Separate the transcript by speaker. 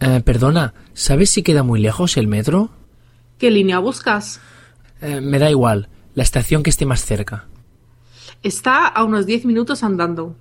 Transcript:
Speaker 1: Eh, perdona, ¿sabes si queda muy lejos el metro?
Speaker 2: ¿Qué línea buscas?
Speaker 1: Eh, me da igual, la estación que esté más cerca.
Speaker 2: Está a unos 10 minutos andando.